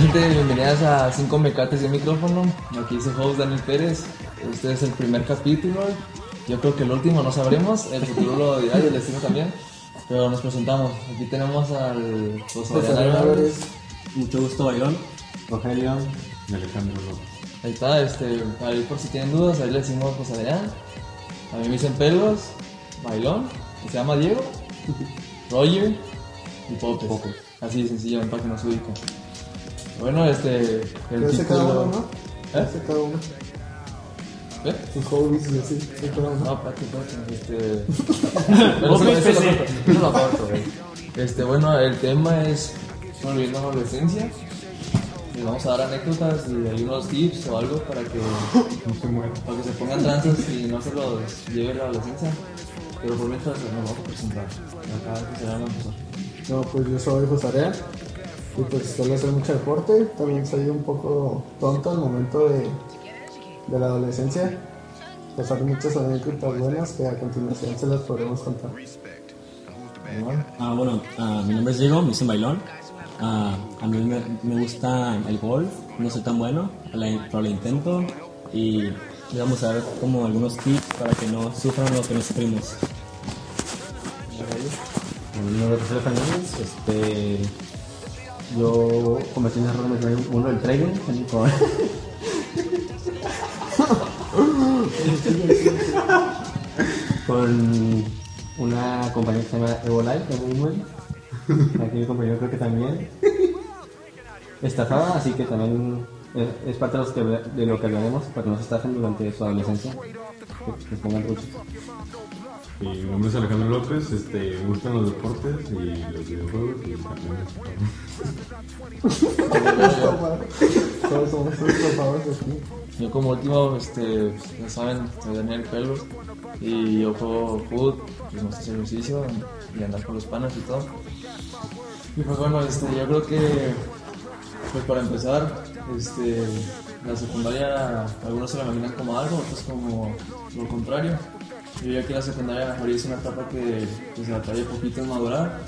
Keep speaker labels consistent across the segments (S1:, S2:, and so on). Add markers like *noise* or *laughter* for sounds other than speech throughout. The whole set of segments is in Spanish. S1: gente, bienvenidas a 5 Mecates y un micrófono. Aquí su host Daniel Pérez. Este es el primer capítulo. Yo creo que el último no sabremos. El futuro lo dirá y el destino también. Pero nos presentamos. Aquí tenemos al
S2: Pues,
S1: José
S3: José
S1: Adrián Álvarez.
S3: Mucho gusto, Bailón.
S4: Rogelio y Alejandro López.
S1: Ahí está, este, ahí por si tienen dudas, ahí le decimos José Adrián. A mí me dicen pelos, bailón, que se llama
S2: *laughs*
S1: Diego, Roger y Popes.
S4: Popes.
S1: Así de sencillo, para que nos ubiquen. Bueno, este, el
S2: Pero hace cada uno, ¿no?
S1: ¿Eh?
S2: Hace cada uno.
S1: ¿Eh?
S2: Sus hobbies y así. hace cada uno.
S1: No, espérate, espérate, este... Pero eso- eso lo corto, eso lo corto, güey. Este, bueno, el tema es volviendo a la adolescencia. Les vamos a dar anécdotas y hay unos tips o algo para que,
S4: No se muere.
S1: para que se pongan tranzas y no se los lleve la adolescencia. Pero por mientras nos vamos a presentar. Acá pues, que se van a empezar.
S2: No, pues yo soy José Area y pues suelo hacer mucho deporte. También soy un poco tonto al momento de, de la adolescencia. Pues hay muchas anécdotas buenas que a continuación se las podremos contar.
S3: Ah, bueno, ah, mi nombre es Diego, me dicen Bailón. Ah, a mí me, me gusta el golf, no soy tan bueno, la- pero lo intento. Y le vamos a dar como algunos tips para que no sufran lo que nos sufrimos.
S4: Mi nombre es Rafael Fernández. Este, yo cometí un error, me traí uno del trading. en- con- Con una compañía que se llama Evolife, que es muy buena. Aquí mi compañero creo que también. Estafaba, así que también es, es parte de, los que- de lo que hablaremos, para que no se estafen durante su adolescencia. Que, que pongan truchos.
S5: Y mi nombre es Alejandro López, este, me gustan los deportes y los videojuegos y también este,
S2: Todos somos sus topados aquí.
S1: Yo como último, este, ya saben, soy Daniel Pelos y yo juego fútbol, pues no sé ejercicio y andar con los panas y todo. Y pues bueno, este, yo creo que, pues para empezar, este, la secundaria, algunos se la imaginan como algo, otros como lo contrario. Yo ya que la secundaria a lo mejor es una etapa que, que se batalla un poquito en madurar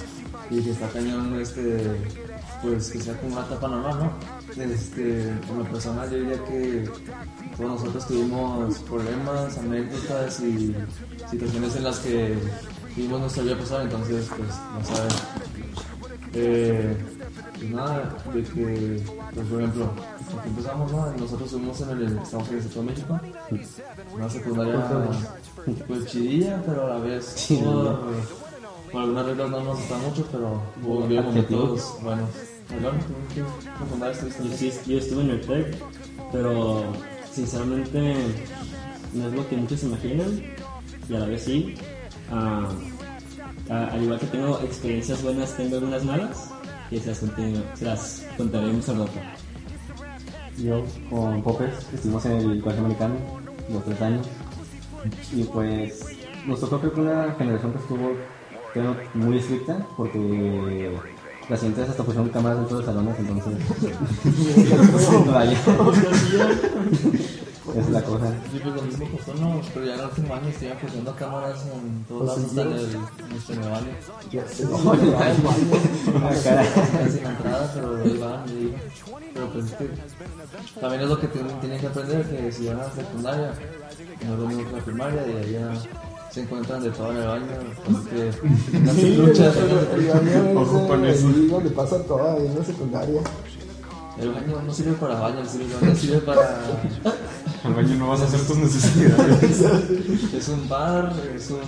S1: y que está cañón, este, pues que sea como una etapa normal, ¿no? Este, en lo personal yo diría que todos nosotros tuvimos problemas, anécdotas y situaciones en las que vivimos nuestra vida pasada, entonces pues no sabes. Eh, pues nada, de que, pues, por ejemplo, aquí empezamos, ¿no? Nosotros estuvimos en el Estado de Centro de México, una secundaria pues chidilla, pero a la vez por, por algunas reglas no nos gusta mucho, pero hubo bien
S4: Adjetivo.
S1: momentos buenos. Perdón, ¿tú en qué secundaria estuviste?
S3: Yo, sí- yo estuve en el TEC, pero sinceramente no es lo que muchos imaginan, y a la vez sí. Ah, a- al igual que tengo experiencias buenas, tengo algunas malas, y se las, conté- se las contaré más al rato.
S4: Yo con Popes estuvimos en el colegio americano los tres años y pues nos tocó creo que una generación que estuvo creo, muy estricta porque las siguientes hasta pusieron cámaras dentro de los salones *laughs* entonces vaya es la cosa
S1: Sí, pues lo mismo costó, no, pero ya en el último año estoy poniendo cámaras en todos lados, hasta en el, hasta en el baño.
S2: Ya sé.
S4: Ah, caray.
S1: sin entrada, pero ahí van, y- Pero pues es que también es lo que tienen, tienen que aprender, que si van a la secundaria, no es lo mismo que la primaria, y allá se encuentran de todo en el baño, así que no se lucha,
S2: Y a mí a veces
S5: Ocupan eso.
S2: el hilo le pasa todo ahí en la secundaria.
S1: el baño no sirve para baño, el sirve- el baño sirve para...
S5: al baño no vas a hacer tus necesidades.
S1: es un bar, es un,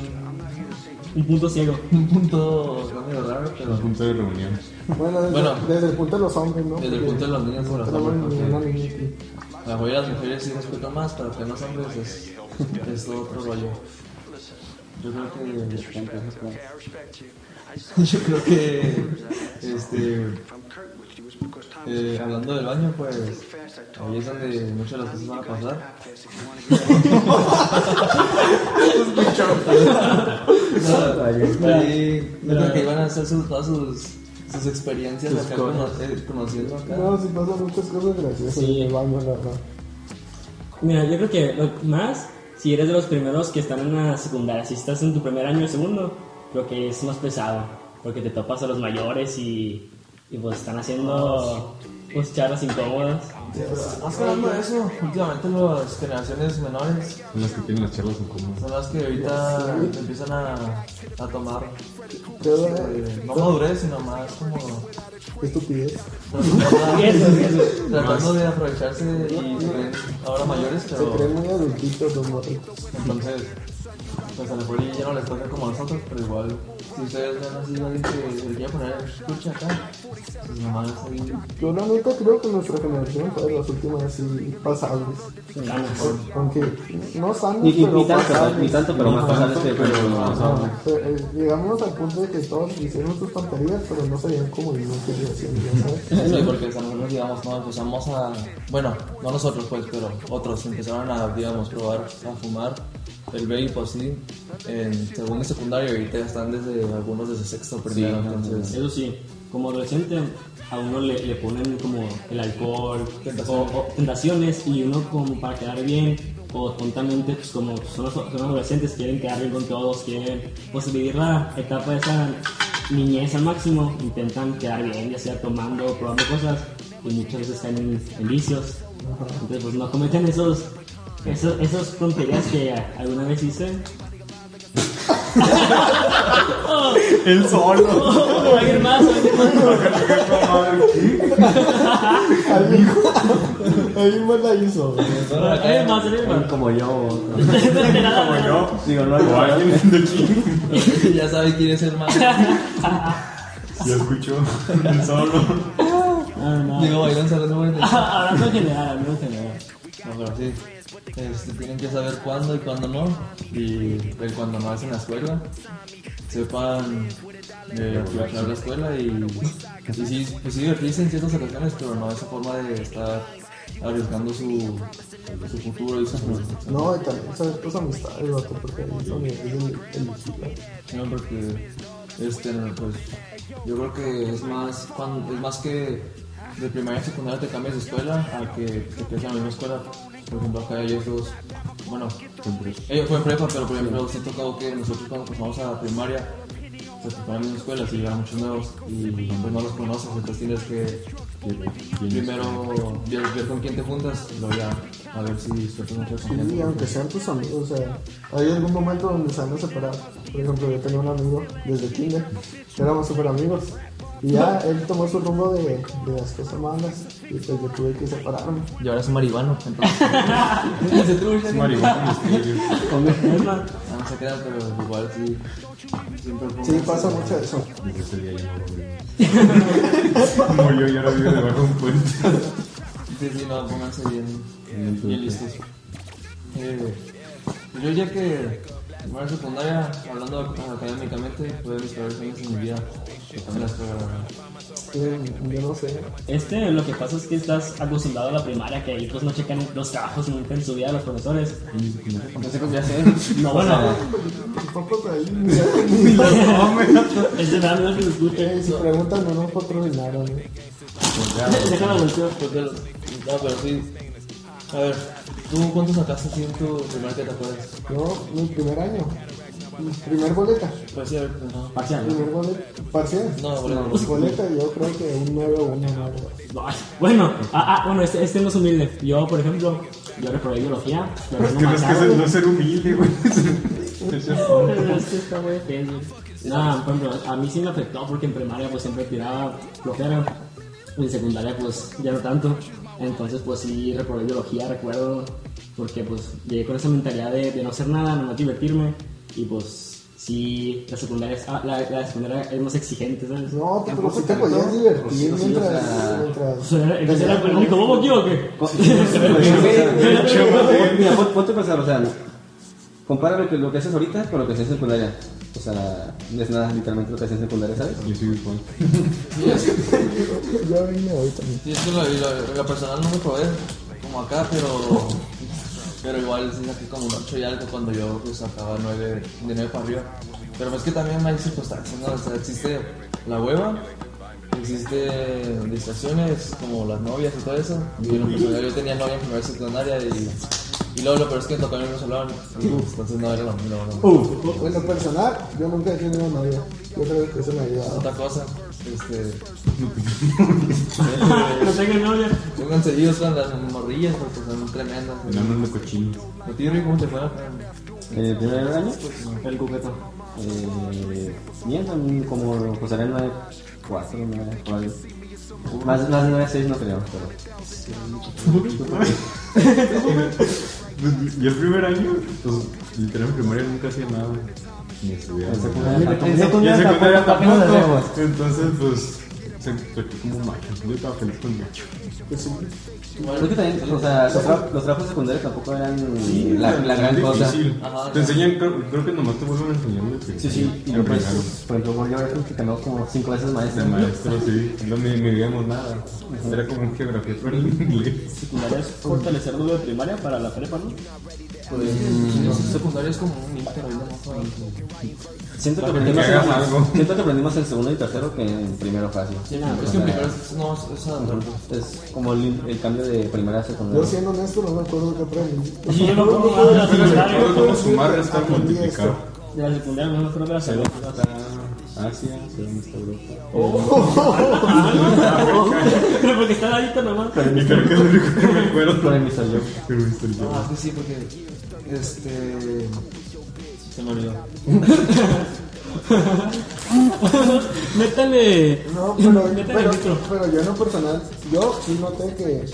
S3: Un punto ciego.
S1: un punto medio raro, pero...
S5: Un punto de reunión.
S2: Bueno, desde,
S1: Bueno.
S2: desde el punto de los hombres, ¿no?
S1: Desde el punto de los niños, por
S2: Porque
S1: los
S2: no
S1: hombres,
S2: hay
S1: porque-
S2: ninguna niña aquí.
S1: La mayoría de las mujeres sí respetan más, pero que los hombres es, es todo otro rollo. Yo creo que. *laughs* Yo creo que. Este. eh, hablando del baño, pues. Ahí es donde muchas de las cosas van a *laughs* pasar. No, ahí es lo que iban a hacer sus, todas sus, sus experiencias acá cono- eh, conociendo acá.
S2: No, sí pasan muchas cosas graciosas
S3: Sí.
S2: en el baño, la verdad.
S3: Mira, yo creo que lo más, si eres de los primeros que están en la secundaria, si estás en tu primer año o segundo, creo que es más pesado, porque te topas a los mayores y, y pues están haciendo pues charlas incómodas.
S1: Más que ah, hablando de eso, últimamente las generaciones menores
S5: Son las que tienen las charlas en común.
S1: son las que ahorita empiezan a, a tomar,
S2: Todo
S1: eh, no madurez, sino más como
S2: estupidez.
S1: tratando
S3: Eso,
S1: de,
S3: eso.
S1: tratando de aprovecharse y se creen ahora mayores,
S2: Se
S1: pero
S2: creen muy adultitos los morritos.
S1: entonces, pues a lo mejor ya no les toca como a nosotros, pero igual, si ustedes ven así, alguien que se le quiere poner escucha acá, pues nomás ahí,
S2: Yo la neta creo que nuestra generación fue de las últimas así pasables. Aunque no sanas,
S4: Ni, ni-
S2: pero
S4: ni tanto,
S2: pasables.
S4: ni tanto, pero más pasables que...
S5: pero
S4: Pero,
S5: no,
S2: Ah, pero, eh, llegamos al punto de que todos hicieron sus tonterías, pero no sabían cómo iban a seguir haciendo,
S1: *laughs*
S2: ya sabes.
S1: Sí, porque a nosotros, digamos, no empezamos a. Bueno, no nosotros, pues, pero otros empezaron a, digamos, probar a fumar el vape o así en segundo y secundario. y Ahorita ya están desde algunos desde sexto, primero. entonces,
S3: Eso sí, como adolescente a uno le, le ponen como el alcohol o, o tentaciones y uno como para quedar bien o tontamente pues como son, los- son los adolescentes quieren quedar bien con todos, quieren pues vivir la etapa de esa niñez al máximo, intentan quedar bien ya sea tomando, probando cosas y muchas veces caen en, en vicios. Entonces pues no cometen esos, esos, esas tonterías que alguna vez hice.
S5: El solo.
S3: ¡Oh! *laughs* ¿Alguien más? ¿Alguien más?
S2: Alguien- Alguien más la hizo. güey.
S3: ¿Alguien más? ¿Alguien más?
S4: como yo,
S3: De nada, de nada.
S4: digo, no *laughs*
S5: O
S4: hay...
S5: *laughs* alguien de aquí.
S1: *laughs* ya sabe quién es el más.
S5: Ya escuchó. El solo. Ah,
S3: No, no.
S1: Digo, vayan a número.
S3: *laughs* Hablando en general, hablando en
S5: *laughs*
S3: general.
S1: No, pero sí. Este, tienen que saber cuándo y cuándo no. Y el cuándo no es en la escuela. Sepan eh, aprovechar la escuela y, y sí, pues sí divertirse en ciertas ocasiones, pero no esa forma de estar arriesgando su, su futuro y su
S2: No, y también saber tus amistades, vato, porque ahí es donde es el- el-
S1: No, porque este, no, pues, yo creo que es más, cuando, es más que de primaria a secundaria te cambias de escuela a que te quedes en la misma escuela. Por ejemplo, acá ellos dos, bueno, ellos fue en prepa, pero por ejemplo, sí tocó que nosotros cuando pasamos a la primaria se tocó en la misma escuela, si llegan muchos nuevos y pues no los conoces, entonces tienes que primero ver, ver con quién te juntas y luego ya a ver si sueltas muchas con
S2: Sí,
S1: gente.
S2: aunque sean tus amigos, o sea, hay algún momento donde se van a separar. Por ejemplo, yo tenía un amigo desde kinder, que éramos súper amigos. Y ya él tomó su rumbo de, de las cosas malas y pues yo tuve que separarme.
S1: Y ahora es marihuano, entonces. se trucha.
S5: Marihuana. sí.
S3: Es más,
S1: No se queda, pero igual sí. Siempre
S2: Sí,
S1: pongas-
S2: pasa mucho eso.
S5: Desde ese día ya no *laughs* volví. Murió y ahora vive debajo de un puente.
S1: Sí, sí, no, pónganse bien,
S5: Bien,
S1: bien listos. Eh, yo ya que en secundaria, hablando ac- académicamente, fue de mis peores años en mi vida. En las que-
S2: Eh, yo no sé.
S3: Este, lo que pasa es que estás acostumbrado a la primaria, que ahí pues no checan los trabajos nunca en su vida los profesores. pues,
S4: No sé cómo se hace.
S3: No, bueno,
S2: Tampoco por ahí. ni sé ni *laughs* sé.
S3: *laughs* es de verdad no es Este, que se escuche.
S2: Eh, Si preguntan, no nos patrocinaron. eh.
S3: Déjalo volteo.
S1: porque lo- pues, No, pero sí. A ver, ¿tú cuánto sacaste así en tu primer que te acuerdas?
S2: Yo, mi primer año, mi primer boleta,
S1: Pues sí, a ver, pues no.
S3: Parcial.
S2: primer boleta, parcial.
S1: No, bueno,
S2: Boleta, yo creo que un 9 o un 9.
S3: ¿no? Ay, Bueno, ah, ah, bueno, este, este no es humilde. Yo, por ejemplo, yo reprobé biología, pero
S5: Es
S3: no
S5: que no es que
S3: marcaron.
S5: se- no ser humilde, güey.
S3: Pero es que está muy tenso. Nada, por ejemplo, a mí sí me afectó porque en primaria pues siempre tiraba flojera. Y en secundaria pues ya no tanto. Entonces pues sí reprobé biología, recuerdo. Porque pues llegué con esa mentalidad de, de no hacer nada, nomás divertirme. Y pues sí, la secundaria es, ah, la, la secundaria es más exigente, ¿sabes?
S2: No, pero
S4: Tampoco
S2: si te
S4: tanto.
S2: podías divertir
S4: Sí, sí, o
S2: mientras.
S4: sea, pues
S3: O
S2: mientras-
S3: sea, era- entonces era el único bobo aquí o qué?
S4: *laughs* Mira, pon- ponte a pensar, o sea, compara lo que, lo que haces ahorita con lo que hacías en secundaria. O sea, no es nada literalmente lo que hacías en secundaria, ¿sabes?
S5: Yo soy igual.
S2: Yo vine hoy también.
S1: Sí, es que lo, lo- lo personal no me probé como acá, pero, pero igual sí saqué como un 8 y algo cuando yo pues sacaba 9, de 9 para arriba. Pero es que también hay circunstancias, ¿no? O sea, existe la hueva, existe distracciones como las novias y todo eso. Y en lo personal yo tenía novia en primera y secundaria y, y luego lo peor es que tocaba en el mismo salón. y, pues, Entonces no era lo mismo. no, no.
S2: En lo personal, yo nunca he tenido novia. Yo creo que eso me ha ayudado.
S1: Otra cosa, este,
S3: No tengo novia.
S1: pónganse vivos con las morrillas porque son tremendas.
S5: El hambre de cochinos.
S1: ¿A ti, Rick, cómo te fue? Pero,
S4: Eh, ¿Primer año? El concreto. Eh, bien, también como pues, José Arena 9, 4, 9, por ahí. Más, más de 9, 6 no creo, pero.
S5: Yo el primer año, pues, literal en primaria nunca hacía nada. Ni estudiaba.
S4: En secundaria
S5: nada.
S4: tampoco. En
S5: Y en
S4: secundaria
S5: secundaria
S4: tampoco, ¿para qué nos hacemos?
S5: tampoco. Entonces, pues, se trató como macho. Yo estaba feliz con macho.
S4: Creo que también, o sea, los, tra- los trabajos secundarios tampoco eran la, la gran cosa.
S5: difícil.
S1: Ajá,
S5: te enseñan, creo, creo que nomás te vuelven a enseñar de primaria.
S4: Sí, sí, y
S5: En
S4: pues,
S5: regalo.
S4: por ejemplo, yo ahora creo que cambió como 5 veces
S5: De
S4: maestro.
S5: maestro, sí. No ni, ni veíamos nada. Era como un geografía, pero en inglés.
S3: Secundaria es fortalecer lo de primaria para la prepa, ¿no?
S1: Pues, en secundaria es como un inter, ahí nomás, ¿no?
S4: Siento que,
S5: Para que
S4: aprendimos
S5: hagas
S4: en,
S5: algo.
S4: *laughs* siento que aprendimos en segundo y tercero que en primero casi.
S1: Sí, nada, es que en primero es, no, es, es adaptarte.
S4: Es como el, el cambio de primera a
S2: Yo
S4: secundaria.
S2: siendo honesto no me acuerdo que aprendí.
S3: Y yo no me acuerdo de la secundaria.
S5: Solo como sumar, restar,
S2: Aprendí
S5: multiplicar.
S3: De la secundaria no me acuerdo de la secundaria.
S5: Está Asia, pero no está Europa.
S3: *laughs* Pero porque está ladito nomás.
S5: Y creo que es el único que me acuerdo.
S4: Por el Mr. Joe.
S5: Pero me estoy
S1: Ah, es que sí, porque, este, se me olvidó.
S3: *laughs* Métale.
S2: No, pero,
S3: Métale
S2: pero,
S3: micro.
S2: pero yo en lo personal, yo sí noté que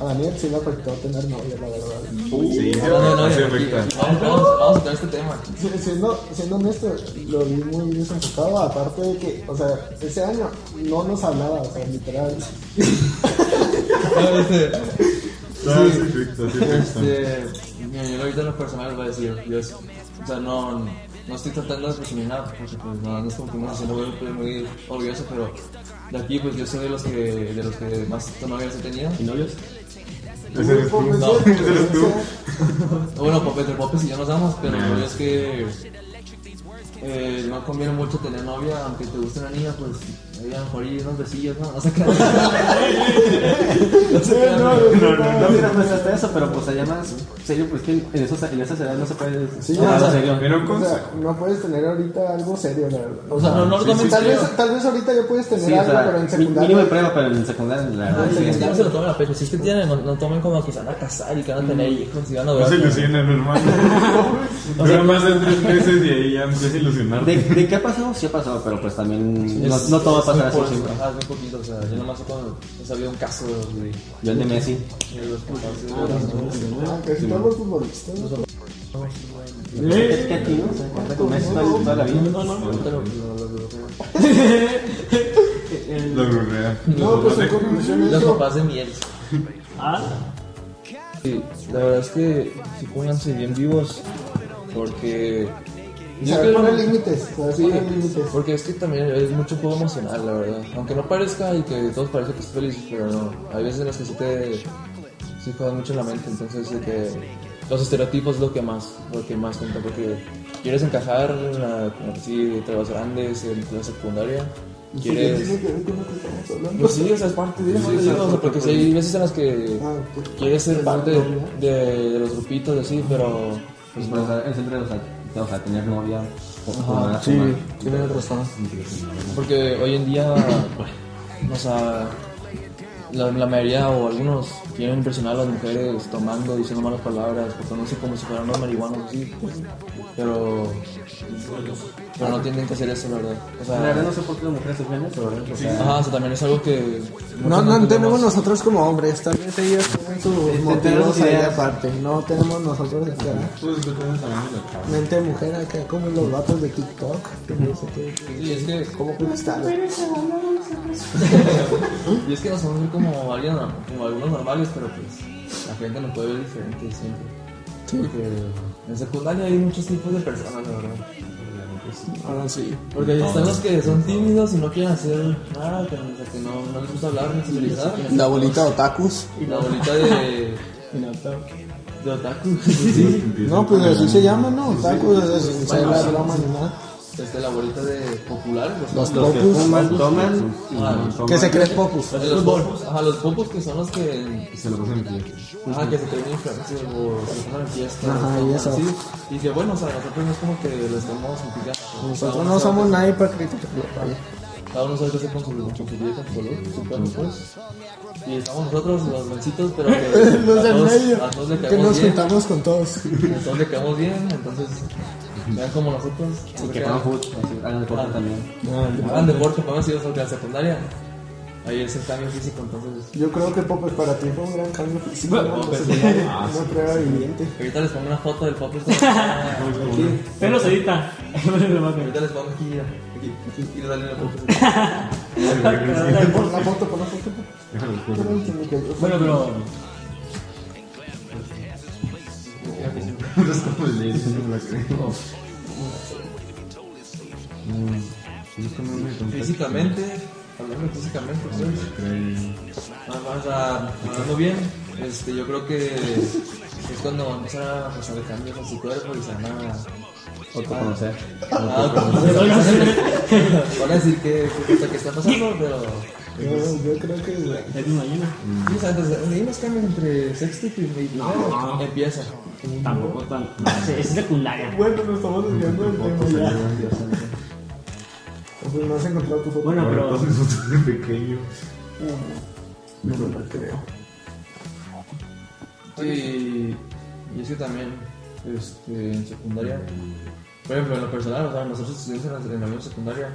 S2: a Daniel sí le afectó tener novia, la verdad.
S5: Sí,
S1: No, no, no,
S5: sí,
S1: aquí-
S5: afecta.
S1: aquí vamos, vamos, vamos a tocar este tema.
S2: Sí, Siendo, siendo honesto, lo vi muy desenfocado, aparte de que, o sea, ese año no nos hablaba, o sea,
S1: No,
S2: literal.
S1: este,
S5: Ah, sí, afecta, sí, afecta.
S1: Este, mira, yo ahorita en lo personal les voy a decir, yo, es- o sea, no, no estoy tratando de presionar nada, porque pues no, no es como que me siento muy, pues, muy orgulloso, pero de aquí pues yo soy de los que, de los que más novias he tenido.
S3: ¿Y novios?
S5: Ese eres tú.
S2: Por
S1: No.
S2: eso,
S5: Ese eres tú.
S1: Bueno, pop- entre popes y yo nos damos, pero la verdad es que eh, no conviene mucho tener novia, aunque te guste una niña, pues ahí a lo mejor y unos besillos, ¿no? No sé qué. No sé qué.
S2: No, no, no, no.
S4: No, mira, no es hasta eso, pero pues allá más serio, pues que en, esos, en esas edades no se puede.
S2: Sí,
S4: nada
S2: o sea,
S4: serio.
S5: Era un
S2: O sea,
S5: consejo.
S2: no puedes tener ahorita algo serio, la verdad.
S1: O sea, no, no lo
S5: Sí,
S1: tomen
S5: sí,
S2: Tal
S1: tal
S5: creo.
S1: vez.
S2: vez, tal vez ahorita ya puedes tener
S4: Sí, o
S2: algo, pero
S4: sea,
S2: en
S4: mi- mínimo en
S2: secundaria.
S4: prueba, pero en secundaria, la
S1: Ah,
S4: verdad.
S1: *laughs* sí,
S4: sí.
S1: es que no se lo tomen a pecho. Si es que tienen, no, no tomen como que se van a casar y que van a tener hijos y van a
S5: No
S1: durar.
S5: se ilusionen, hermano. Dura más de tres meses y ahí ya empieza a ilusionar.
S4: De, de qué ha pasado? Sí ha pasado, pero pues también no, no todo va a pasar así siempre.
S1: Ah, es muy poquito, o sea, yo nomás he con- he sabido un caso de.
S4: Yo el de Messi.
S1: de los casos de- de-
S2: Ah, Casi todos los futbolistas. ¿no?
S4: Es que aquí, ¿no? Se cuenta con Messi toda, toda la vida.
S1: pero, no, los- los-
S5: La blurrea.
S2: No, pues en conclusión
S1: los- Los
S2: eso,
S1: papás de miel.
S3: *laughs* Ah,
S1: Sí, la verdad es que sí pónganse bien vivos porque yo
S2: saber
S1: creo-
S2: poner límites, saber
S1: Sí,
S2: poner límites.
S1: porque es que también es mucho juego emocional, la verdad. Aunque no parezca y que todos parece que estás feliz, pero no. Hay veces en las que sí te sí juega mucho en la mente, entonces de que los estereotipos es lo que más, lo que más cuenta, porque quieres encajar en la, así, entre los grandes, en la secundaria, quieres...
S2: Tiene que ver con lo que estamos hablando.
S1: Pues sí, o sea, es parte de eso, te digo, o sea, porque sí hay veces en las que
S2: Ah, ok.
S1: quieres ser parte de, de- de los grupitos y así, pero...
S4: Pues, pero, o sea, es siempre, o sea, o sea, tener novia. o- o nada,
S1: Sí,
S4: tomar.
S1: tiene razón. Porque hoy en día, o sea, la, la mayoría o algunos quieren impresionar a las mujeres tomando, diciendo malas palabras, portándose como si fueran unos marihuanos así. Pero, pero no tienen que hacer eso, la verdad. O
S4: La verdad
S1: sea,
S4: no sé por qué las mujeres se ven pero o sea,
S1: ajá, o sea, también es algo que.
S2: No, no
S1: entendemos.
S2: entendemos nosotros como hombres, tal vez ellos tienen sus motivos
S4: tenemos
S2: ahí
S4: ideas.
S2: aparte. No tenemos nosotros acá.
S5: Pues que tenemos hablando de la chava.
S2: Mente de mujer acá, como los vatos de TikTok. que no sé qué.
S1: Sí, es que,
S2: ¿Cómo que están?
S1: y es que nos vamos a ver como, alguien, como algunos normales, pero pues la gente nos puede ver diferente siempre. Porque en secundaria hay muchos tipos de personas, la verdad.
S2: Ahora sí.
S1: Porque ahí están los que son tímidos y no quieren hacer nada, que, o sea, que no, no les gusta hablar ni socializar.
S2: La bolita otakus.
S1: La bolita
S2: *laughs*
S1: de. de otaku.
S5: Sí, empieza
S2: No, pues
S5: con-
S2: así se llama, ¿no? Otakus, o sea, sin saber la broma ni nada.
S1: este, la bolita de populares. los-
S2: Los
S4: Los que
S2: popus.
S4: fuman, toman
S5: Y
S1: Ah,
S5: no toman,
S2: ¿Qué se creen popus?
S1: eh, los popus, ajá, los popus que son los que,
S5: y se lo pasan en pie.
S1: ajá, que se creen influencers o se pasan en fiestas.
S2: Ajá, y eso.
S1: así. Y que bueno, o sea, nosotros no es como que lo estamos criticando.
S2: Nosotros no somos nadie para criticar. Vale.
S1: Cada uno sabe qué hacer con su, con su dieta, con su color, su cuerpo, pues. Y estamos nosotros, los mencitos, pero que
S2: *laughs* Los
S1: a
S2: del
S1: todos-
S2: medio.
S1: a todos le
S2: Que nos
S1: caemos bien.
S2: juntamos con todos.
S1: Entonces le caemos bien, entonces vean como nosotros.
S4: y que
S1: porque
S4: toman food, así, hagan deporte también.
S1: Hagan deporte, para si que la secundaria. Ahí es el cambio físico, entonces.
S2: Yo creo que Popes para ti fue un gran cambio físico.
S1: Bueno,
S2: ¿no?
S1: Popes,
S2: Pues,
S1: sí.
S2: Una una prueba viviente.
S1: Ahorita les pongo una foto del papi. Ahorita
S3: Pelos edita.
S1: les
S3: *laughs*
S1: pongo aquí, aquí, aquí, y le sale la foto.
S2: Pon la foto, pon la foto.
S5: Déjalo,
S2: Ay,
S5: espérame.
S2: que me cayó.
S3: Bueno, pero
S5: No es como el de ese, no me la creo. Mm, sí, es que no me contaste.
S1: Físicamente, hablando físicamente, pues.
S5: Ok.
S1: Ah, o sea, hablando bien, este, yo creo que es cuando vamos a pasar cambios en su cuerpo y se van a.
S4: Autoconocer.
S1: Ah, *laughs* Van a decir que que- que está pasando, pero.
S2: Yo, yo creo que
S3: es mi mañana.
S1: Sí, o sea, antes de- hay unos cambios entre sexto y primero.
S3: No.
S1: Empieza.
S3: Ah, Tampoco tan. Es secundaria.
S2: Bueno, nos estamos desviando del tema ya. Pues no has encontrado tu foto.
S3: Bueno,
S5: Ahora
S3: pero.
S5: todos nosotros de pequeño.
S2: no me lo creo.
S1: Y, y es que también este, en secundaria, por ejemplo, en lo personal, o sea, nosotros estudiamos en la, en la misma secundaria,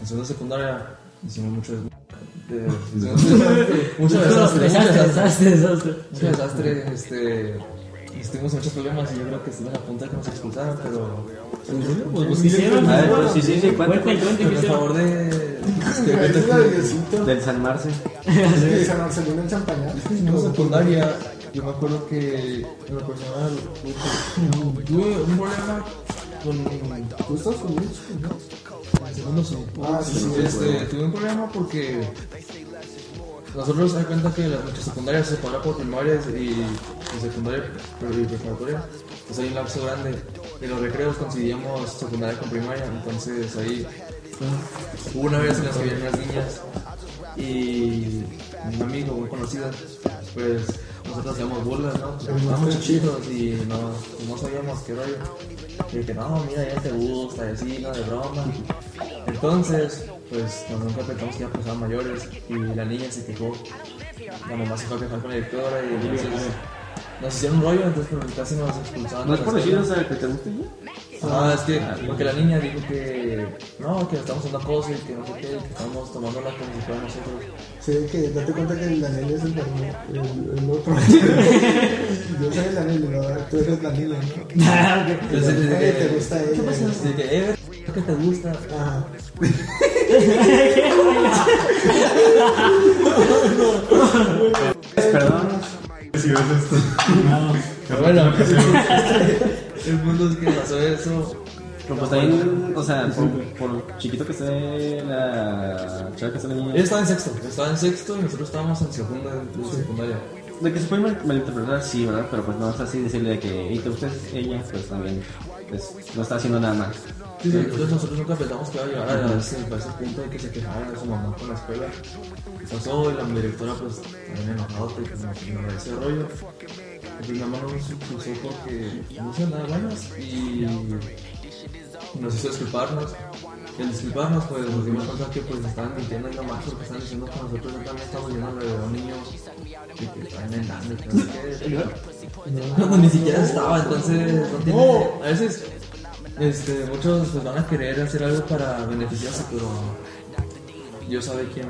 S1: en segunda secundaria hicimos mucho des- de- mucho desastre, mucho desastre,
S3: desastre, desastre.
S1: mucho desastre, este, tuvimos muchos problemas y yo creo que estuvimos a punto de que nos expulsaran, pero
S3: Pues pues, quisieron.
S4: A ver,
S3: ¿no?
S4: pero sí, sí, sí, cuenta,
S3: Cuenta, cuenta,
S1: pero
S3: que
S1: a favor
S3: hicieron.
S1: de...
S2: Es
S1: que- *laughs*
S2: la de Diosito.
S4: Del salmarse.
S2: Sí, San Marcelino en Champañá.
S1: En secundaria, yo me acuerdo que en lo personal tuve- tuve un problema con.
S2: ¿Tú estás Pues con Mitch?
S1: No sé.
S2: Ah, sí, sí,
S1: Este, tuve un problema porque nosotros nos cuenta que las nuestras secundarias se separan por primarias y, y secundaria pero- y preparatoria. Pues hay un lapso grande. En los recreos coincidíamos secundaria con primaria, entonces ahí hubo una vez en las que vienen las niñas y un amigo, muy conocido, pues nosotros hacíamos burlas, ¿no? Pues, Estábamos chiquitos y no, no sabíamos qué rollo. Y que no, mira, ya te gusta, y así, no, de broma. Entonces, pues nos interpretamos que ya pasaban mayores y la niña se quejó. La mamá se fue a quejar con la directora y entonces nos hicieron un rollo, entonces pues, casi nos expulsaban.
S4: No
S1: de
S4: es
S1: la
S4: por
S1: escuela.
S4: decirlo, o sea, que te guste ya.
S1: Ah, es que porque la niña dijo que no, que estamos haciendo cosas y que no sé qué, que estamos tomándola como si fuera nosotros.
S2: Sí, que date cuenta que el Daniel es el, Daniel, el, el *laughs* otro. Yo soy el Daniel, ¿no? tú eres Daniel. ¿no?
S3: Ah,
S1: Entonces, dice
S2: Oye,
S1: que-
S2: ¿te gusta ella?
S1: Dice que, eh, ver, ¿qué te gusta?
S2: Ajá.
S4: Perdón.
S5: Si ves esto. *laughs*
S1: Pero *laughs* bueno, pues, Este, el punto es que pasó eso.
S4: Pero pues también, o sea, por, por chiquito que esté la chava que esté la
S1: Él
S4: niña,
S1: estaba en sexto, estaba en sexto y nosotros estábamos en segunda de secundaria.
S4: de que se puede mal- malinterpretar, sí, ¿verdad? Pero pues no es así decirle de que, y te gusta ella, pues también, pues no está haciendo nada más.
S1: Sí, sí, Entonces nosotros nunca pensamos que iba a llegar a, ese, a ese punto de que se quejara de su mamá con la escuela. Pasó y la directora pues también enojado y como que no ese rollo. Y mi mamá nos impulsó porque no hizo nada buenas y nos hizo disculparnos. Y al disculparnos pues nos dimos cuenta que pues estaban mintiendo nada más porque estaban diciendo que nosotros ya también estamos llenando de un niño y que están entrando y que no sé qué. Cuando pues, ni siquiera estaba, entonces no tiene...
S2: No.
S1: A veces este, muchos pues, van a querer hacer algo para beneficiarse, pero Dios sabe quién,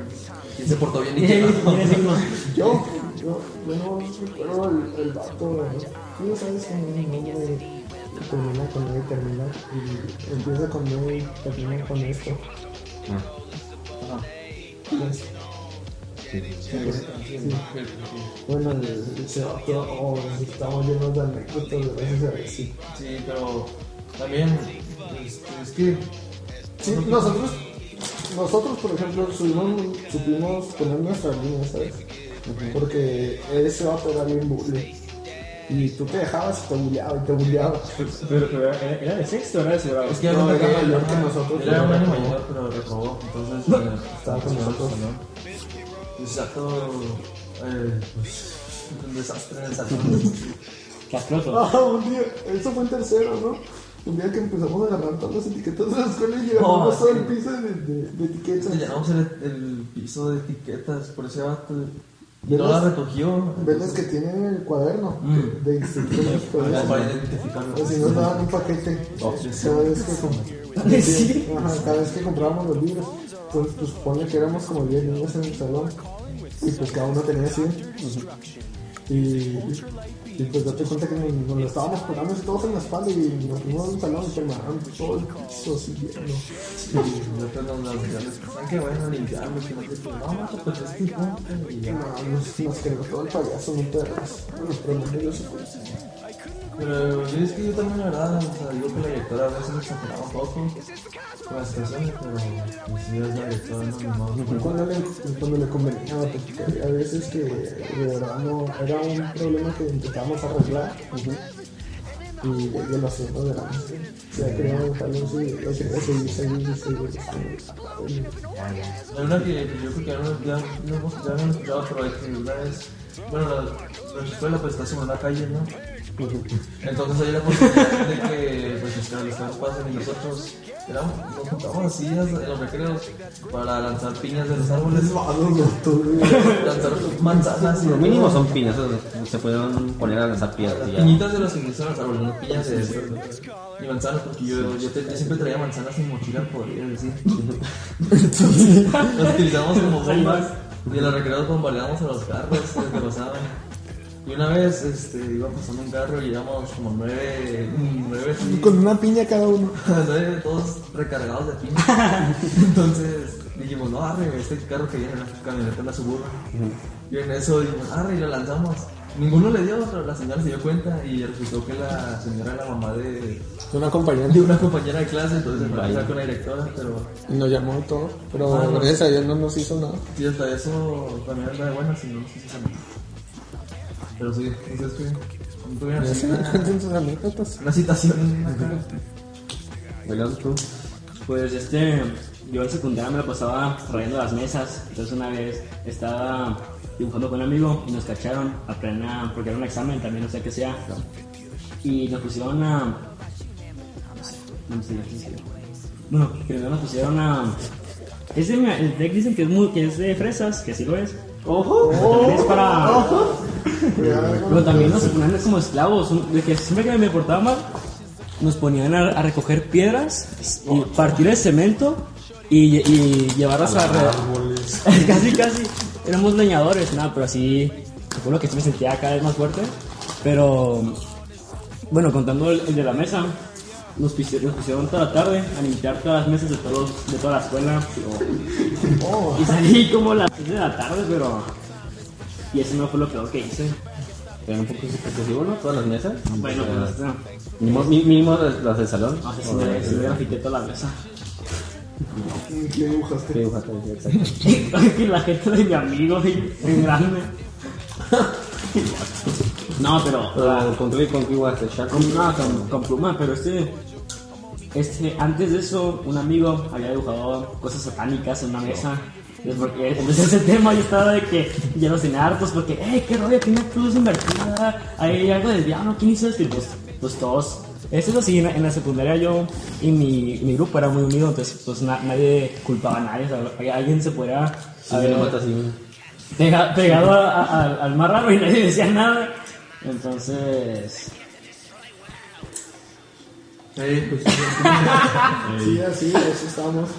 S1: quién se portó bien y quién
S2: *laughs*
S1: no.
S2: Yo, yo, yo no recuerdo el, el vato. ¿no? Tú sabes que un hombre termina con él, termina y empieza con él y termina con esto.
S1: Ajá.
S2: Pues,
S1: Sí.
S2: Bueno, el- el- se va todo, oh, estamos llenos de anécdotas, gracias a Dios, sí.
S1: Sí, pero también es, es que
S2: Sí, nosotros, nosotros por ejemplo, supimos, supimos poner nuestra línea, ¿sabes? Porque ese vato era bien bully. Y tú te dejabas y te bulleaba y te bulleaba.
S3: Pero, pero era, era de sexto, era de cebrado.
S1: Es que
S2: No,
S1: era
S2: era mayor
S1: que
S2: que nosotros,
S1: Era
S2: pero
S1: un año
S2: reprobó.
S1: mayor, pero reprobó. Entonces, eh,
S2: Estaba con nosotros.
S1: ¿no? Exacto. Eh, pues, un desastre en el salón.
S3: Castroso.
S2: *laughs* Ah, un día, eso fue en tercero, ¿no? Un día que empezamos a agarrar todas las etiquetas de la escuela y llevamos
S1: Oh,
S2: todo el
S1: sí.
S2: piso de, de- de etiquetas.
S1: Le llenamos el, el piso de etiquetas por ese vato. Y
S2: ¿Ves
S1: no la
S2: las-
S1: recogió.
S2: ¿Ves las que tienen en el cuaderno
S1: Mm.
S2: de Instituto México?
S1: Para
S2: ¿verdad?
S1: para identificarlo.
S2: O Pues, si nos daban un paquete cada vez que com-
S3: ¿Sí?
S2: Ajá, cada vez que comprábamos los libros. Entonces, pues ponle que éramos como 10 niños en el salón. Y pues cada uno tenía 100. Y, y pues date cuenta que nos, nos lo estábamos pegando así todos en la espalda y nos fuimos al salón y terminaron todo el piso así lleno.
S1: Y nosotros nos la limpiamos. ¿Saben qué? Vayan a limpiarlo. que no sé qué. No, no, pues es que no. Y ya.
S2: No, nos, nos quedó todo el payaso, no te hagas. Bueno, pero no, yo sí pues.
S1: Pero yo es que yo también, la verdad, o sea, digo que la directora a veces exageraba un poco con las situaciones, pero pues, sí es la directora, no ni modo.
S2: Cuando le, Pues, cuando le convenía, porque a veces que de verdad no era un problema que intentábamos arreglar y ella lo hacía, ¿no? De la mano. O sea, queríamos tal vez sí, lo quería seguir, seguir, seguir. seguir.
S1: La verdad que yo creo que ya no, ya, no hemos, ya no hemos escuchado, pero es que una vez, bueno, la, la escuela pues está sobre la calle, ¿no? Entonces hay la posibilidad de que pues, los carlistas pasen y nosotros éramos- nos juntábamos así en los recreos para lanzar piñas de los árboles, *laughs*
S2: Es malo, no, tú, güey.
S1: lanzar manzanas y
S4: Lo mínimo son piñas, esas se pueden poner a lanzar piedras
S1: Las
S4: y ya.
S1: piñitas de los ingleses eran las árboles, no piñas de de- y manzanas, porque yo, yo, te- yo siempre traía manzanas en mochila, podría decir. Entonces, las utilizábamos como bombas y en los recreos bombardeábamos a los carros que pasaban. Y una vez este, iba pasando un carro y éramos como nueve, nueve, así,
S2: Con una piña cada uno.
S1: nueve todos recargados de piña. Entonces dijimos, no, arre, este carro que viene en la camioneta la suburban. Y en eso dijimos, arre, y lo lanzamos. Ninguno le dio, pero la señora se dio cuenta y resultó que la señora era la mamá de,
S2: Una
S1: de
S2: compañera.
S1: una compañera de clase, entonces me con la directora, pero
S2: Y nos llamó y todo. Pero
S1: Ah, no.
S2: gracias a Dios no nos hizo *laughs* nada.
S1: sí, hasta eso también anda de buena, si no, no sé si se me- Pero sí, entonces fue, no tuvieron
S2: Ya
S1: así
S2: se me
S1: una,
S2: cuentan sus anécdotas.
S1: una citación. acá.
S4: ¿Verdad tú?
S3: Pues este, yo en secundaria me la pasaba rayando las mesas. Entonces una vez estaba dibujando con un amigo y nos cacharon a plena, porque era un examen también, no sé qué sea. Y nos pusieron a. no sé, no sé, no sé. Bueno, primero nos pusieron a. Es de, el tec dicen que es, muy, que es de fresas, que así lo es.
S2: ¡Ojo!
S3: Pero también es para.
S2: Cuidado.
S3: Pero también nos ponían como esclavos. un- De que siempre que me portaba mal, nos ponían a, a recoger piedras y partir el cemento y, y llevarlas a.
S5: Árboles.
S3: *laughs* casi, casi. Éramos leñadores, nada, pero así. Recuerdo que sí me sentía cada vez más fuerte. Pero. Bueno, contando el, el de la mesa, nos, pisi- nos pusieron toda la tarde a limpiar todas las mesas de, todos, de toda la escuela.
S2: Oh,
S3: Y salí como a las 6 de la tarde, pero. Y eso no fue lo peor que hice.
S4: Eran un poco excesivo, ¿no? Todas las mesas.
S3: Bueno,
S4: O sea,
S3: pues. Ah, no.
S4: Mínimo, mi- mínimo las las del salón.
S3: No sé si me, si me grafité toda la mesa. *laughs*
S2: ¿Qué dibujaste?
S4: Sí, dibujaste, sí, exacto.
S3: Y la gente de mi amigo y en grande. *laughs* No, pero.
S4: Pero con tu y con tu igual,
S3: Con, no, con, con pluma, pero este. Este, antes de eso, un amigo había dibujado cosas satánicas en una mesa. Es porque- Entonces ese tema yo estaba de que ya los tenía hartos porque, ¡eh, qué rollo! Tiene una cruz invertida, hay algo del diablo, ¿quién hizo esto? Y pues, pues todos. Eso es así, en, en la secundaria yo y mi, mi grupo era muy unido, entonces pues na- nadie culpaba a nadie, o sea, alguien se podía
S4: A ver, lo mata así.
S3: pega- pegado a- a- al- al más raro y nadie decía nada. Entonces,
S1: Sí, pues, sí,
S2: Sí, así, así estamos.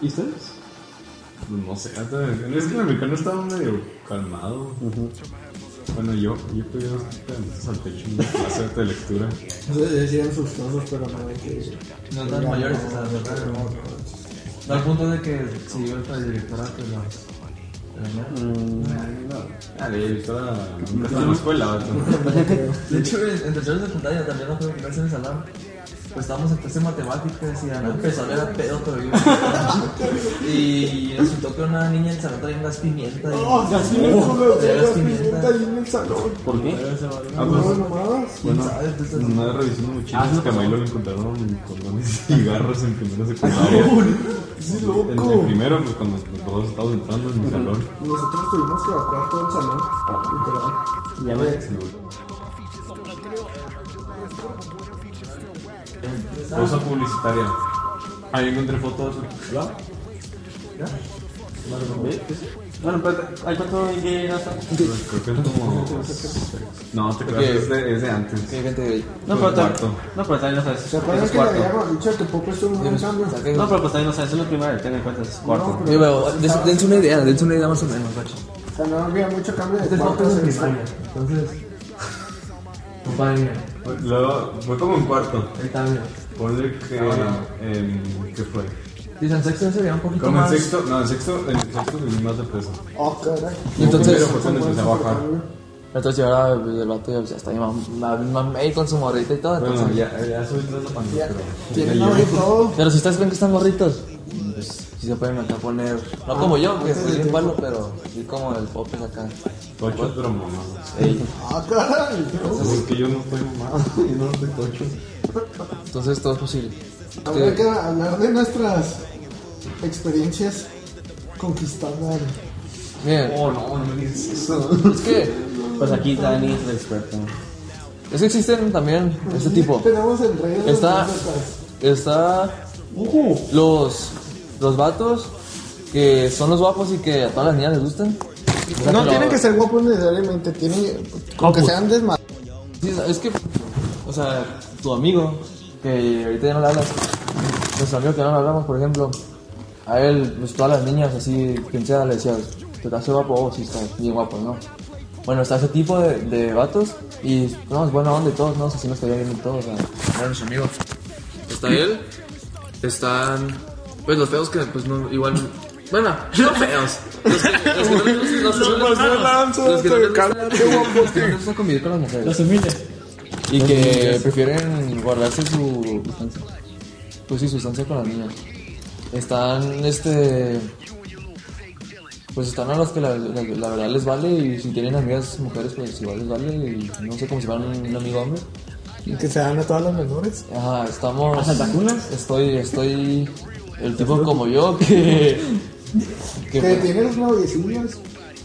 S3: ¿y ustedes?
S5: No sé, hasta- es que el americano estaba medio calmado. Bueno, yo, yo pedí unas palomitas al pecho en la clase de lectura.
S2: Entonces decían sus cosas, pero no hay que.
S1: No tan mayores, o sea, de verdad, no. No, al punto de que si yo el directora, pues no. Pero no.
S5: Ah, la directora Ah, nunca estaba en la escuela, ¿verdad?
S1: De hecho, en en tercero de secundaria también no fue en el salón. pues estábamos en clase de matemáticas y a la empezar era pedo, pero yo Y resultó que una niña en el salón traía gas pimienta. Y,
S2: ¡Oh, gas pimienta! güey,
S1: traía
S2: gas
S1: gas
S2: pimienta
S1: pimienta.
S2: ahí en el salón.
S4: ¿Por qué?
S5: Ah,
S2: No,
S5: pues,
S2: nomás.
S1: ¿Quién
S5: bueno,
S1: sabe? Pues, así.
S5: una vez revisando
S4: Ah,
S5: mochilas,
S4: no,
S5: que a Mailo le encontraron condones y garras en primero secundaria.
S2: *laughs* Sí,
S5: En el
S2: loco.
S5: primero, pues cuando nosotros estábamos entrando en mi salón,
S2: Nosotros tuvimos que evacuar todo el salón. Literal.
S3: Ya me...
S5: cosa publicitaria. Ahí encontré fotos.
S3: ¿Ya?
S1: ¿Ya?
S4: Bueno, pero ¿hay cuánto en qué gasto?
S5: Creo que es como. No, te
S1: Ok.
S5: creas, es de, es de
S1: Ok,
S5: antes.
S1: gente,
S4: No, pero tal-
S5: Cuarto.
S4: no, pero también no sabes.
S1: Este
S2: ¿Te acuerdas
S4: es
S2: que le
S4: cuarto.
S2: habíamos dicho que Pope estuvo en un cambio?
S1: saqué-
S4: No, pero pues también no sabes. Es lo primero que ten en cuenta. Es cuarto.
S2: No,
S1: Oye, pero ah, des- dense una idea, dense una idea más o menos, guacho.
S2: O sea, no había mucho cambio de
S1: Cuarto
S2: cuarto
S1: Este es
S2: en
S1: mi
S2: España.
S1: España, Entonces, papá mía,
S5: Luego, fue como en cuarto.
S1: ahorita mía.
S5: Ponle que. em, Ah, ¿Qué fue?
S1: Sí, en sexto sería un poquito
S5: Como en
S1: más.
S5: sexto. No, en sexto, en sexto subí más de peso.
S2: Oh, caray.
S1: Entonces-
S5: Pero fue cuando empecé a bajar.
S1: Entonces, yo ahora pues, el vato ya está mi mamá, mi mamá ahí con su morrita y todo.
S5: Bueno,
S1: entonces-
S5: ya, ya subí tres de panza, pero.
S2: Tiene novio y todo.
S1: Pero si ustedes ven que están morritos, si se pueden acá poner. No como yo, que soy bien palo, pero sí como el pop acá.
S5: Tocho, pero mamado.
S1: Ey,
S2: Ah, caray.
S5: Porque yo no estoy mamado. *laughs* Yo no estoy tocho.
S1: Entonces, todo es posible. Este-
S2: Habrá que hablar de nuestras experiencias conquistadas.
S1: Miren,
S5: Oh, no, no me digas eso.
S1: es que,
S4: Pues aquí Dani es el experto.
S1: es que existen también este tipo.
S2: Tenemos el rey de
S1: Está,
S2: las anécdotas.
S1: está los, los vatos que son los guapos y que a todas las niñas les gustan. O sea,
S2: No
S1: lo-
S2: tienen que ser guapos necesariamente, tienen con que sean desma...
S1: Sí, es que, o sea, tu amigo, que ahorita ya no le hablas, nuestro amigo que no le hablamos, por ejemplo, a él, pues todas las niñas así, pinchadas, le decías, ¿te estás guapo? Oh, sí, estás bien guapo, ¿no? Bueno, está ese tipo de, de vatos y, no, es buena onda y todos, no, así nos caía bien y todo, o sea, eran nuestros amigos. Está él, están, pues los feos que, pues no, igual, bueno, *laughs* no feos. Los que, los que no les gustan- los que no les gustan- los que no les gustan- los que no les gusta convivir con las mujeres.
S3: Los humildes.
S1: Y que prefieren guardarse su sustancia. Pues sí, sustancia con las niñas. Están, este. Pues están a los que la, la- la verdad les vale y si tienen amigas mujeres, pues igual les vale. Y no sé cómo si fueran un, un amigo hombre.
S2: Que se dan a todas las menores.
S1: Ajá, estamos.
S3: ¿A Santa Cunas?
S1: Estoy, estoy. El tipo como yo que. que
S2: Que
S1: pues,
S2: tienen noviecillos.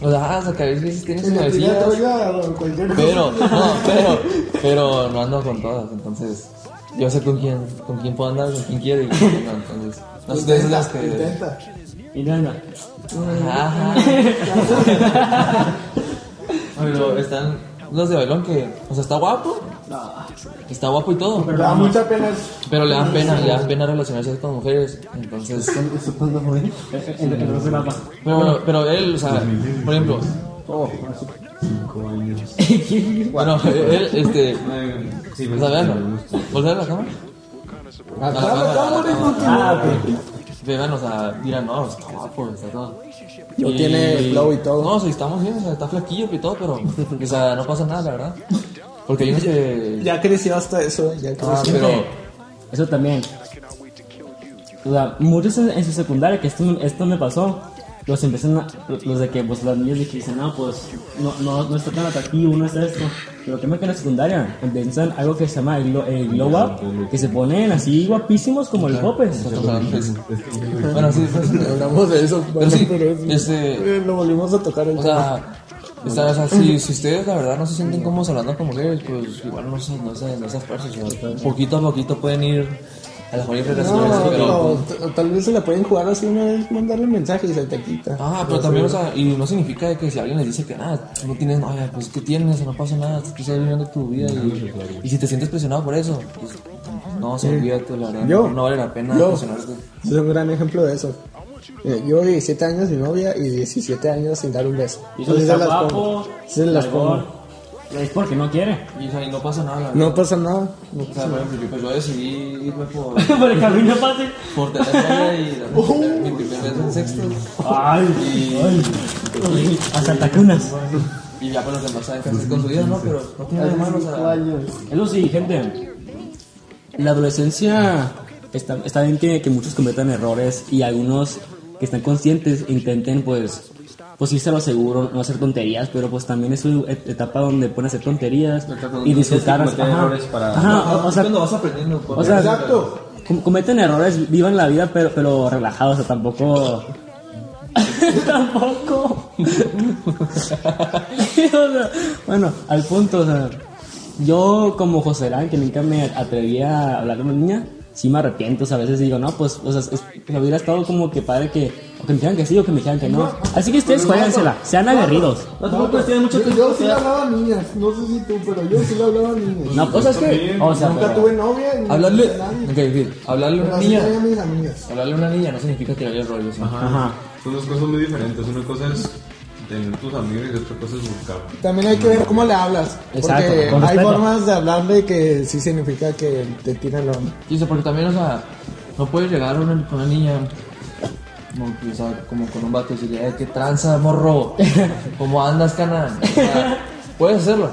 S1: o sea, ah, sacar veces tienes
S2: En la tira
S1: noviecillas.
S2: toalla o cualquier cosa.
S1: Pero, no, pero, pero no ando con todas, entonces yo sé con quién, con quién puedo andar, con quién quiero y con quién no, entonces. No sé, ustedes son las
S2: Intenta,
S1: que.
S2: intenta.
S3: Y nada.
S1: Ajá. Pero están los de bailón que, o sea, está guapo, está guapo y todo,
S2: Me da mucha pena. es-
S1: pero le dan pena, le dan pena relacionarse con mujeres, entonces.
S4: ¿Eso cuándo fue?
S3: Entonces era más.
S1: Pero, pero él, o sea, por ejemplo,
S3: Oh,
S5: Cinco años.
S1: bueno, él, este.
S5: Eh, Sí,
S1: O
S5: me
S1: sea,
S5: me
S1: veanlo.
S5: gusta.
S1: ¿Volver a la cama?
S2: Ah, claro, claro, no,
S3: Ah,
S1: Vean, o sea, dirán, no, está guapo, está todo.
S2: No tiene flow y todo.
S1: No, sí, estamos bien, o sea, está flaquillo y todo, pero, o sea, no pasa nada, la verdad. Porque hay unos que.
S2: Ya creció hasta eso, ya creció.
S1: Ah, pero.
S3: Eso también. O sea, muchos en, en su secundaria, que esto, esto me pasó, los empiezan a, los de que pues las niñas de que dicen, no, pues no, no, no está tan atractivo, no está esto. Pero tema que en la secundaria empiezan algo que se llama el, glo- el glow up, que se ponen así guapísimos como el popes.
S1: estamos hablando de eso. Bueno, sí, sí, sí, hablamos de eso. Pero sí, este.
S2: Eh, Lo volvimos a tocar el
S1: O sea. está- o sea, si, si ustedes la verdad no se sienten cómodos hablando con mujeres, pues igual no se, no se, no se esfuercen, o sea, poquito a poquito pueden ir a las mejores
S2: No,
S1: relaciones, pero,
S2: pero pues, t- tal vez se la pueden jugar así una vez, mandarle un mensaje y se te quita.
S1: Ah, pero también, o sea, y no significa que si alguien les dice que nada, tú no tienes novia, pues que tienes, no pasa nada, tú estás viviendo tu vida y, y si te sientes presionado por eso, pues no, se olvídate, la verdad,
S2: Yo.
S1: no vale la pena
S2: Yo.
S1: presionarte.
S2: pues, Es un gran ejemplo de eso. Eh, yo 17 años mi novia y 17 años sin dar un beso. Así
S3: Y eso
S2: se
S3: está
S2: las
S3: guapo,
S2: pongo. Sí se las
S3: nalgón.
S2: pongo.
S3: Es porque no quiere. *laughs*
S1: Y, o sea, y no pasa nada, la verdad.
S2: No pasa nada. No
S1: O sea,
S2: pasa
S1: por
S2: nada.
S1: ejemplo, yo, pues, yo decidí irme por,
S3: Por el camino fácil.
S2: *laughs*
S1: por tener novia y la-
S2: Uh.
S1: mi primer beso en sexto,
S3: Ay, ay. Hasta tacunas.
S1: y ya con los demás saben qué hacer con su vida, ¿no? Pero no tiene nada de malo, o sea,
S3: Eso sí, gente. la adolescencia está, está bien que, que muchos cometan errores y algunos que están conscientes intenten pues pues irse a lo seguro, no hacer tonterías, pero pues también es su et- etapa donde pueden hacer tonterías
S4: Etapa donde
S3: y
S4: tienes que
S3: disfrutar.
S4: cometer
S3: ajá.
S4: errores para-
S3: Ajá, o- o sea,
S1: cuando vas aprendiendo. pues.
S3: o sea,
S2: Exacto.
S3: com- cometen errores, vivan la vida, pero, pero relajados, o sea, tampoco. *laughs* tampoco. *laughs* O sea, bueno, al punto, o sea, yo como José Arán, que nunca me atreví a hablar con una niña, sí me arrepiento, o sea, a veces digo, no, pues, o sea, es- o sea, hubiera estado como que padre que, o que me dijeran que sí o que me dijeran que no. Así que ustedes juégansela, sean aguerridos.
S4: No te preocupes, tiene mucho
S2: Yo,
S4: tiempo.
S2: yo sí le hablaba a niñas, no sé si tú, pero yo sí le hablaba a niñas.
S3: No, pues es que, o sea,
S2: Nunca
S3: pero-
S2: tuve novia ni
S1: Hablarle.
S2: a nadie.
S1: Ok, bien. Hablarle a
S2: Pero
S1: una
S2: así
S1: niña.
S2: tenía mis amigas.
S1: Hablarle a una niña no significa tirarle el rollo. ¿sí?
S5: Ajá.
S3: Ajá.
S5: Son dos cosas muy diferentes. Una cosa es tener tus amigos y otra cosa es buscar.
S2: También hay que ver cómo le hablas.
S3: Exacto,
S2: porque
S3: con
S2: hay
S3: respeto.
S2: formas de hablarle que sí significa que te tiran la onda.
S1: Y, o sea, porque también, o sea, no puedes llegar a una, con una niña como, que, o sea, como con un vato y decirle, eh, qué tranza, morro, ¿cómo andas, cana? O sea, puedes hacerlo,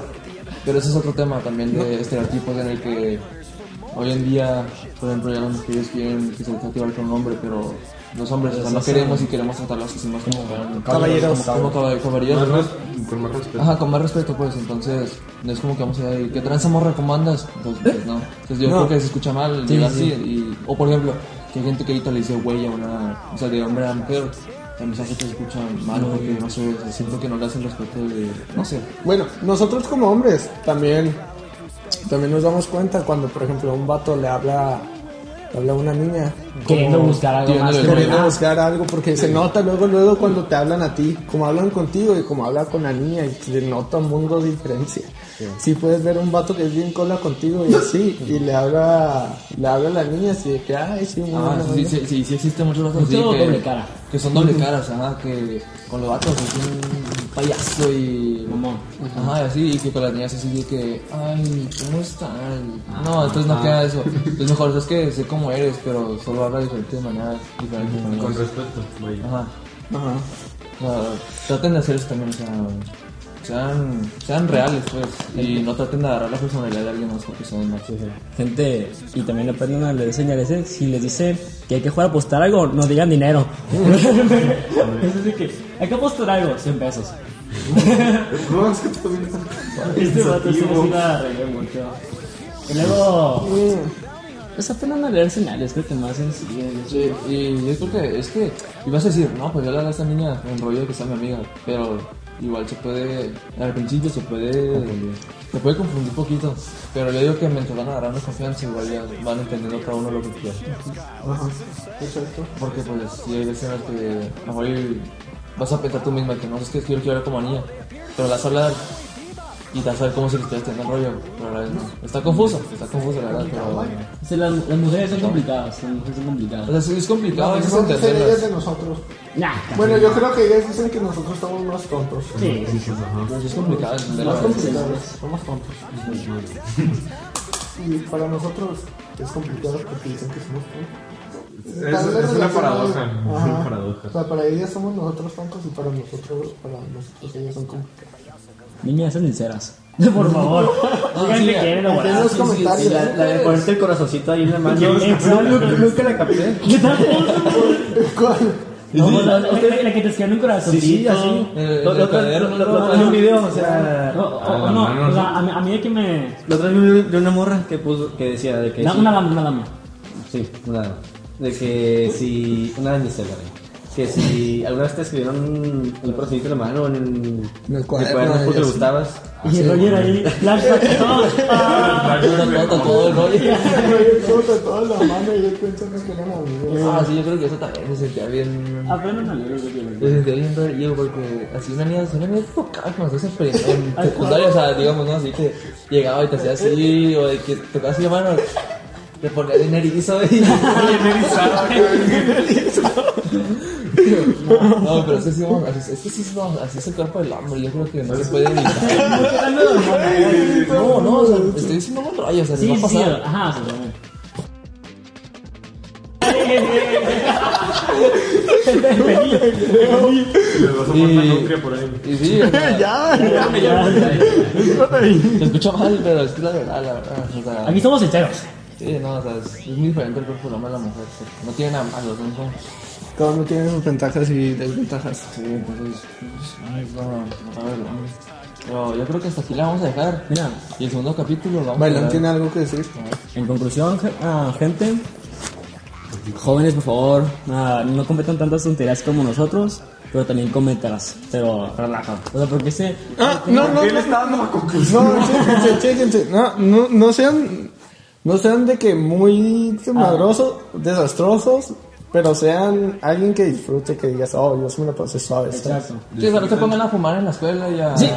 S1: pero ese es otro tema también de estereotipos en el que hoy en día, por ejemplo, ya las mujeres quieren que se les activar con un hombre, pero los hombres, o sea, no queremos y queremos tratarlos así más como como
S2: Caballeros.
S1: Como, como caballeros,
S5: Más
S1: ¿no?
S5: res- con más respeto.
S1: Ajá, con más respeto, pues, entonces, no es como que vamos a ir, ¿qué tranza morra, cómo andas? Entonces, pues, no. Entonces, yo
S3: ¿Eh? No.
S1: creo que se escucha mal,
S3: Sí,
S1: llegar
S3: sí,
S1: así, y, o por ejemplo, que hay gente que ahorita le dice güey a una, o sea, de hombre a mujer, a mis se escucha mal, porque, no sé, o sea, siento
S2: *laughs*
S1: que no le hacen respeto de, no sé.
S2: Bueno, nosotros como hombres también, también nos damos cuenta cuando, por ejemplo, un vato le habla, le habla a una niña.
S3: queriendo
S2: como
S3: buscar algo
S1: tiene
S3: más.
S1: el
S3: que-
S2: Queriendo buscar algo, porque se nota luego, luego cuando te hablan a ti, como hablan contigo y como habla con la niña, y se nota un mundo de diferencia. Si puedes ver un vato que es bien cola contigo y así, y le habla, le habla a la niña así de que, ay, sí, muy
S1: Ah,
S2: buena
S1: sí,
S2: onda".
S1: sí, sí, sí existe muchos vatos así
S3: Mucho
S1: que,
S3: doble cara.
S1: que son doble caras, ajá, que con los vatos es un payaso y...
S3: Mamón.
S1: Ajá, y así, y que con las niñas así de que, ay, ¿cómo están? No, entonces no queda eso. Entonces mejor, es que sé cómo eres, pero solo habla de diferentes maneras, diferentes
S5: Con
S1: maneras.
S5: respeto, güey.
S1: Ajá,
S2: Ajá.
S1: o sea, traten de hacer eso también, o sea, sean, sean reales, pues, y no traten de agarrar la personalidad de alguien más porque son más.
S3: Gente, y también aprendan a leer señales. ¿eh? Si les dicen que hay que jugar a apostar algo, no digan dinero. es decir, que hay que apostar algo, 100 pesos.
S5: No, es que tú también estás.
S3: Este vato sí
S5: pensativo.
S3: nos iba a reír mucho. Y luego. Pues aprendan a leer señales, creo que más es.
S1: Sí, y yo creo que es que ibas a decir, no, pues yo le hablé a esta niña en rollo de que sea mi amiga, pero igual se puede, al principio se puede, se puede confundir poquito, pero yo digo que mientras van agarrando confianza, igual ya van entendiendo cada uno lo que quiere. Porque pues si hay veces en las que a lo mejor y vas a pensar tú misma que no es que quiero, quiero hablar como niña, pero la vas a hablar y te vas a ver cómo si le estuvieras teniendo el rollo, pero a la vez no. Está confuso, está confuso la verdad, pero...
S3: O sea, las, las mujeres son complicadas, las mujeres son complicadas.
S1: O sea, es complicado,
S2: No,
S1: es
S2: no dicen
S1: entenderlas.
S2: ellas de nosotros.
S3: Nah,
S2: Bueno, yo creo que ellas dicen que nosotros somos más tontos.
S3: sí.
S1: Pues es complicado entender
S2: Más
S1: la verdad.
S2: complicados, somos tontos. Y para nosotros es complicado porque dicen que somos tontos.
S5: Es,
S2: Tal vez
S5: es una
S2: relacionado-
S5: paradoja. Es una
S2: Ajá.
S5: paradoja.
S2: O sea, para ellas somos nosotros tontos y para nosotros, para nosotros ellas son complicadas.
S3: Niñas, sean sinceras. *laughs* Por favor. Digan
S1: sí,
S3: que quieren
S2: Aquí en
S3: enamorar.
S2: los comentarios.
S4: La, la de ponerte el corazoncito ahí en la mano. No, nunca, nunca la capté.
S3: ¿Qué *laughs* tal?
S2: ¿Cuál?
S3: No, pues, la, la- la que te escribe en un corazoncito.
S4: Sí, sí, así.
S1: Eh,
S4: Lo
S1: el
S4: lo otra
S1: cadero,
S4: lo- lo otra vi un video, o sea.
S3: O, o- o oh, no, o sea, a, mí- a mí de que me...
S4: Lo otra vi un video de una morra que puso, que decía de que.
S3: Da,
S4: sí.
S3: una dama, una dama.
S4: Sí, una. De que si. Una de mis celulares. Que si alguna vez te escribieron un un corazoncito en la mano en el.
S2: En el cuaderno,
S4: porque
S2: y
S4: te
S2: así.
S4: gustabas.
S3: Y Roger ahí, flashback y *laughs* todo. Ah.
S1: Todo, todo, todo el rollo.
S2: *laughs* Yo corto toda la mano y yo pienso que queremos vivir.
S1: Ah, sí, yo creo que eso también se sentía bien.
S3: Aprendan a leer, Roger.
S1: Se sentía bien rollo, porque así una niña, una niña tocaba con nosotros en prim- en secundaria, o sea, digamos, ¿no? Así que llegaba y te hacía así, o de que tocaba así la mano, te ponía bien erizo y. *laughs* No, no, pero así, así, es que sí, no, así es el cuerpo del hombre, yo creo que no se puede evitar. *laughs* No, no, o sea, estoy diciendo un rollo, o sea,
S3: Sí,
S1: les va a
S3: sí,
S1: pasar.
S3: ajá, seguramente.
S5: Le vas a poner una nutria por ahí.
S1: Y sí, o *laughs* sea, Se escucha mal, pero es que es la verdad, la verdad. O sea,
S3: Aquí somos sinceros.
S1: Sí, no, o sea, es, es muy diferente el cuerpo del hombre a la mujer. porque No tienen a, a los dos ¿no?
S2: Cada uno tiene sus ventajas y desventajas.
S1: Sí, entonces, pues, no, no sabe el hombre. Pero yo creo que hasta aquí la vamos a dejar.
S3: Mira,
S1: Y el segundo capítulo lo vamos
S2: Bailón
S1: a
S2: tiene algo que decir.
S3: en conclusión, ge- ah, gente, jóvenes, por favor, ah, no cometan tantas tonterías como nosotros, pero también cométalas, pero relaja. O sea, porque ese,
S2: Ah, no, no, no. No, chéquense, chéquense. No, no, no sean, no sean de que muy desmadrosos, desastrosos, pero sean alguien que disfrute, que digas, oh, yo sí me lo pasé suave. ¿sabes?
S3: Exacto.
S1: Sí, o sea, no se pongan a fumar en la escuela y a...
S3: Sí.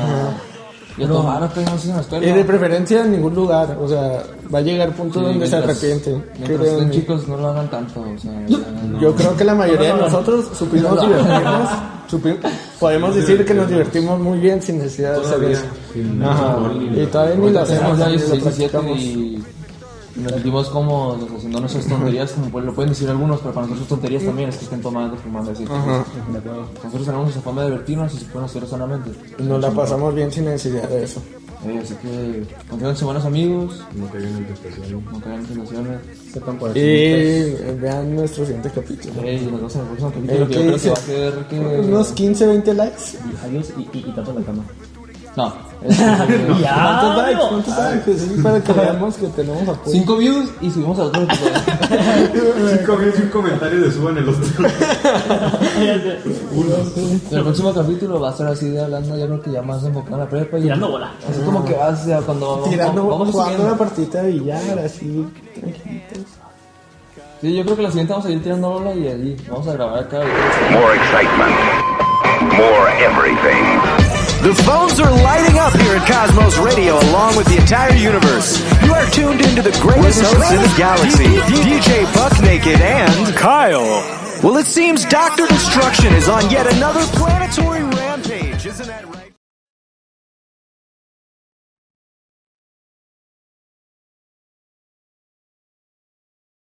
S1: Y a tomar, no tengan en la escuela.
S2: Y de preferencia en ningún lugar, o sea, va a llegar punto
S1: Sí,
S2: donde se
S1: mientras-
S2: arrepiente.
S1: Mientras
S2: Créanme.
S1: estén chicos, no lo hagan tanto, o sea... hagan-
S2: Yo creo que la mayoría de nosotros
S1: No,
S2: supimos
S1: no.
S2: divertirnos, supi- podemos decir que nos divertimos muy bien sin necesidad de hacer
S5: Todavía,
S2: eso.
S5: sin
S2: Ajá,
S5: alcohol ni
S2: y
S5: nada.
S2: todavía ni lo
S1: Ya tenemos
S2: hacemos,
S1: ya
S2: ni lo
S1: 16, 17
S2: practicamos.
S1: y nos sentimos cómodos o sea, haciendo nuestras tonterías, como pues, lo pueden decir algunos, pero para nosotros tonterías también es que estén tomando, fumando así.
S2: Ajá.
S3: de acuerdo.
S1: Nosotros tenemos esa fama de divertirnos y se pueden hacer sanamente.
S2: Y Nos la pasamos bien sin necesidad de eso.
S1: Eh, así que confíense en buenos amigos,
S5: Nunca hay una tentación.
S1: no caigan en tentaciones.
S4: Sepan por
S2: Y eh, vean nuestro siguiente capítulo.
S1: Eh, y nos vemos en el próximo
S2: Eh,
S1: capítulo que yo
S2: ¿qué
S1: creo que va a
S2: dice?
S1: ser que...
S2: Unos 15, 20 likes.
S3: Y adiós y, y, y tapa la cama.
S1: No.
S2: *laughs*
S1: este,
S2: ¿Cuántos likes? ¿Cuántos likes? Sí, para que veamos que tenemos apoyo.
S1: cinco views y subimos al otro episodio.
S5: Cinco views y un comentario de suban el otro.
S1: El próximo capítulo va a ser así de hablando, yo creo que ya más enfocado en la prepa. Y
S3: Tirando bola.
S1: Así como que vas, o sea, cuando vamos,
S2: Tirando,
S1: vamos
S2: jugando
S1: subiendo.
S2: una partita de billar, así, tranquilitos.
S1: Sí, yo creo que la siguiente vamos a ir tirando bola y ahí vamos a grabar acá.
S6: More excitement. More everything.
S7: The phones are lighting up here at Cosmos Radio along with the entire universe. You are tuned into the greatest hosts in the galaxy, DJ Bucknaked and Kyle. Well, it seems Dr. Destruction is on yet another planetary rampage, isn't that right?